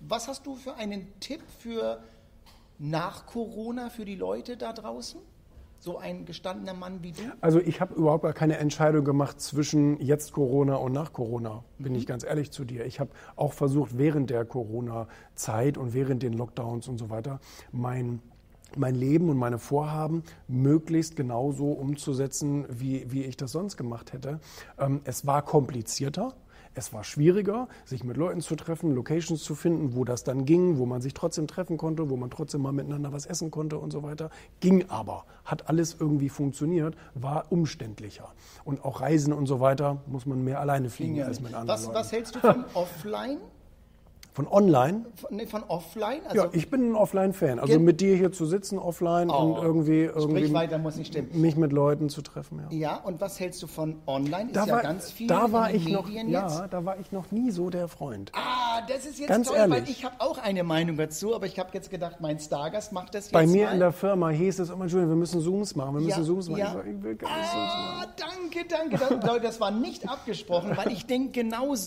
Was hast du für einen Tipp für nach Corona für die Leute da draußen? So ein gestandener Mann wie du? Also ich habe überhaupt gar keine Entscheidung gemacht zwischen jetzt Corona und nach Corona, bin ich ganz ehrlich zu dir. Ich habe auch versucht, während der Corona-Zeit und während den Lockdowns und so weiter, mein, mein Leben und meine Vorhaben möglichst genauso umzusetzen, wie, wie ich das sonst gemacht hätte. Ähm, es war komplizierter. Es war schwieriger, sich mit Leuten zu treffen, Locations zu finden, wo das dann ging, wo man sich trotzdem treffen konnte, wo man trotzdem mal miteinander was essen konnte und so weiter. Ging aber, hat alles irgendwie funktioniert, war umständlicher. Und auch Reisen und so weiter muss man mehr alleine fliegen als mit anderen Was, Leuten. was hältst du von Offline? Von online? Von, nee, von Offline? Also Ja, ich bin ein Offline-Fan. Also Gen- mit dir hier zu sitzen offline Oh, und irgendwie, sprich weiter, irgendwie muss nicht stimmen. mich mit Leuten zu treffen. Ja. Ja, und was hältst du von Online? Ist Da ja war, ganz viel da war in den ich noch, Medien jetzt. ja, da war ich noch nie so der Freund. Ah, das ist jetzt Ganz toll, weil ehrlich. ich habe auch eine Meinung dazu, aber ich habe jetzt gedacht, mein Stargast macht das jetzt Bei mir mal. in der Firma hieß es immer, Entschuldigung, wir müssen Zooms machen, wir Ja, müssen Zooms machen. ja. Ich, sag, ich will gar nicht Zooms machen. Ah, danke, danke. Das, Leute, das war nicht abgesprochen, weil ich denke genauso.